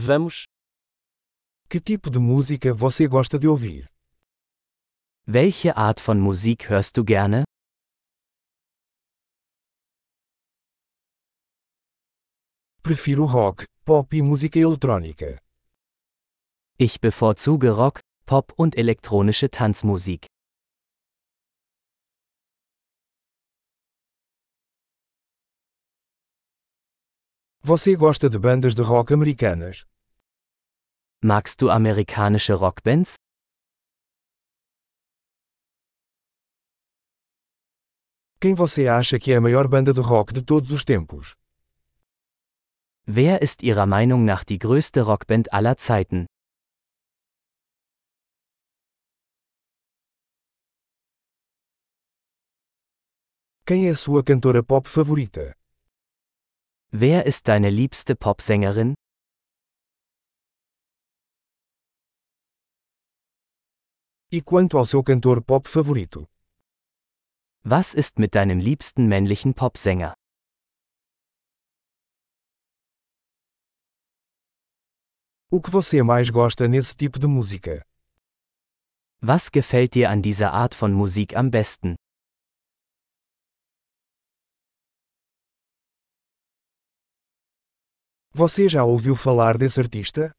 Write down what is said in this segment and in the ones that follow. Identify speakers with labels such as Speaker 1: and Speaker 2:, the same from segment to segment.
Speaker 1: Vamos.
Speaker 2: Que tipo de música você gosta de ouvir?
Speaker 1: Welche Art von Musik hörst du gerne?
Speaker 2: Prefiro rock, pop e música eletrônica.
Speaker 1: Ich bevorzuge Rock, Pop und elektronische Tanzmusik.
Speaker 2: Você gosta de bandas de rock americanas?
Speaker 1: Magst du amerikanische Rockbands?
Speaker 2: Quem você acha que é a maior banda de rock de todos os tempos?
Speaker 1: Wer ist Ihrer Meinung nach die größte Rockband aller Zeiten?
Speaker 2: Quem é a sua cantora pop favorita?
Speaker 1: Wer ist deine liebste Popsängerin?
Speaker 2: E quanto ao seu cantor pop favorito?
Speaker 1: Was ist mit deinem liebsten männlichen Popsänger?
Speaker 2: O que você mais gosta nesse tipo de música?
Speaker 1: Was gefällt dir an dieser Art von Musik am besten?
Speaker 2: Você já ouviu falar desse artista?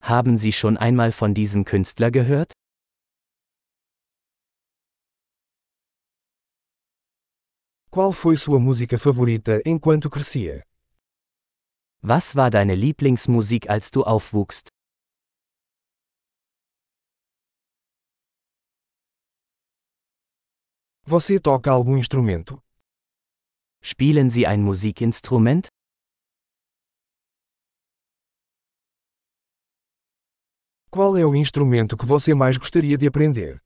Speaker 1: Haben Sie schon einmal von diesem Künstler gehört?
Speaker 2: Qual foi sua música favorita enquanto crescia?
Speaker 1: Was war deine Lieblingsmusik, als du aufwuchst?
Speaker 2: Você toca algum instrumento?
Speaker 1: Spielen Sie ein Musikinstrument?
Speaker 2: Qual é o instrumento que você mais gostaria de aprender?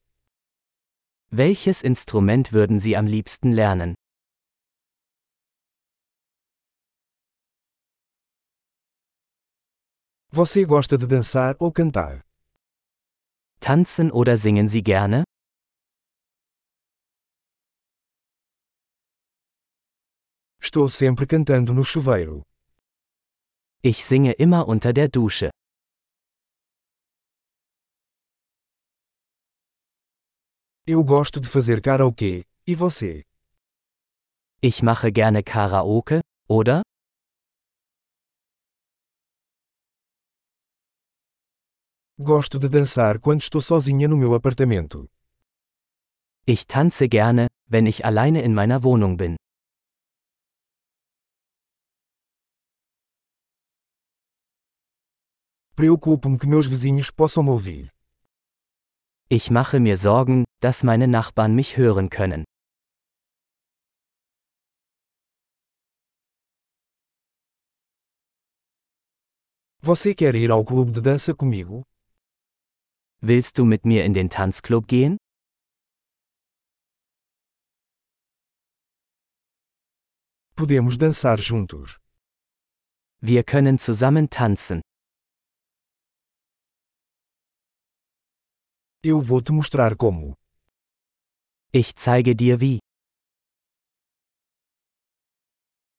Speaker 1: Welches Instrument würden Sie am liebsten lernen?
Speaker 2: Você gosta de dançar ou cantar?
Speaker 1: Tanzen oder singen Sie gerne?
Speaker 2: Estou sempre cantando no chuveiro.
Speaker 1: Ich singe immer unter der Dusche.
Speaker 2: Eu gosto de fazer karaokê. E você?
Speaker 1: Ich mache gerne Karaoke, oder?
Speaker 2: Gosto de dançar quando estou sozinha no meu apartamento.
Speaker 1: Ich tanze gerne, wenn ich alleine in meiner Wohnung bin.
Speaker 2: Preocupo-me que meus vizinhos possam me ouvir.
Speaker 1: Ich mache mir Sorgen, dass meine Nachbarn mich hören können.
Speaker 2: Você quer ir ao clube de dança comigo?
Speaker 1: Willst du mit mir in den Tanzclub gehen?
Speaker 2: Podemos dançar juntos.
Speaker 1: Wir können zusammen tanzen.
Speaker 2: Eu vou te mostrar como.
Speaker 1: Ich zeige dir wie.